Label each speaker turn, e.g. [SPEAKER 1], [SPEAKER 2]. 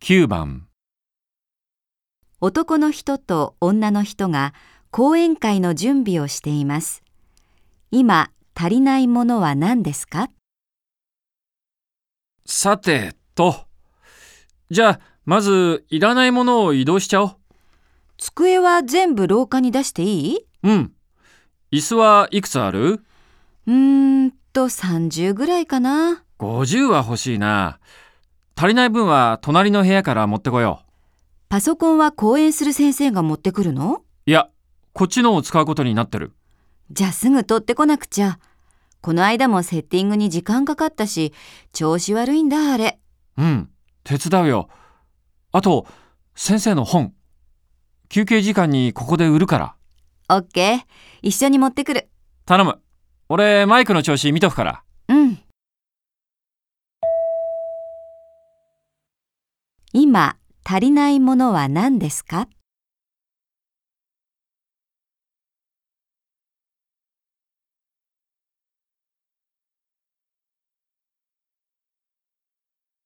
[SPEAKER 1] 9番
[SPEAKER 2] 男の人と女の人が講演会の準備をしています。今足りないものは何ですか
[SPEAKER 1] さてとじゃあまずいらないものを移動しちゃおう
[SPEAKER 2] 机は全部廊下に出していい
[SPEAKER 1] うん椅子はいくつある
[SPEAKER 2] うーんと30ぐらいかな。
[SPEAKER 1] 50は欲しいな足りない分は隣の部屋から持ってこよ
[SPEAKER 2] パソコンは講演する先生が持ってくるの
[SPEAKER 1] ういやこっちのを使うことになってる
[SPEAKER 2] じゃあすぐ取ってこなくちゃ。この間もセッティングに時間かかったし、調子悪いんだあれ。
[SPEAKER 1] うん手伝うよあと先生の本休憩時間にここで売るから
[SPEAKER 2] オッケー。一緒に持ってくる。
[SPEAKER 1] 頼む俺マイクの調子見とくから
[SPEAKER 2] うん。今足りないものは何ですか